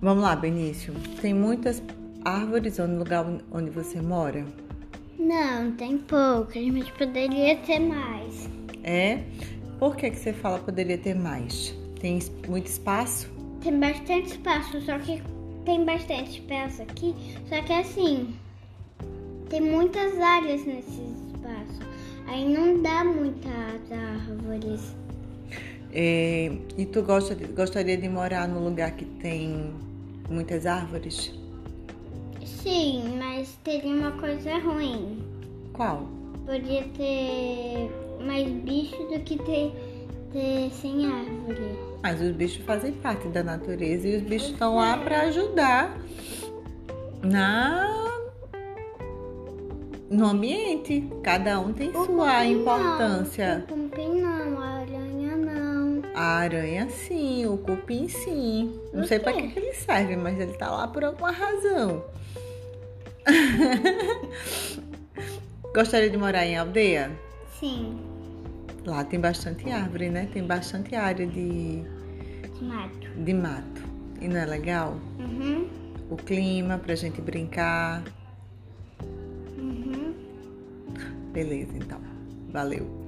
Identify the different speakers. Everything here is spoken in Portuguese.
Speaker 1: Vamos lá, Benício. Tem muitas árvores no lugar onde você mora?
Speaker 2: Não, tem poucas, mas poderia ter mais.
Speaker 1: É? Por que, que você fala poderia ter mais? Tem es- muito espaço?
Speaker 2: Tem bastante espaço, só que tem bastante espaço aqui. Só que assim, tem muitas áreas nesse espaço. Aí não dá muitas árvores.
Speaker 1: É, e tu gosta de- gostaria de morar num lugar que tem muitas árvores?
Speaker 2: Sim, mas teria uma coisa ruim.
Speaker 1: Qual?
Speaker 2: Podia ter mais bicho do que ter, ter sem árvore.
Speaker 1: Mas os bichos fazem parte da natureza e os bichos estão lá para ajudar na no ambiente. Cada um tem sua
Speaker 2: cupim
Speaker 1: importância.
Speaker 2: Não, o cupim não, a aranha não.
Speaker 1: A aranha sim, o cupim sim. Não
Speaker 2: Por
Speaker 1: sei pra
Speaker 2: quê?
Speaker 1: que que ele serve, mas ele tá lá por alguma razão. Gostaria de morar em aldeia?
Speaker 2: Sim,
Speaker 1: Lá tem bastante árvore, né? Tem bastante área de,
Speaker 2: de mato.
Speaker 1: de mato. E não é legal?
Speaker 2: Uhum,
Speaker 1: O clima pra gente brincar.
Speaker 2: uhum.
Speaker 1: Beleza, então. Valeu.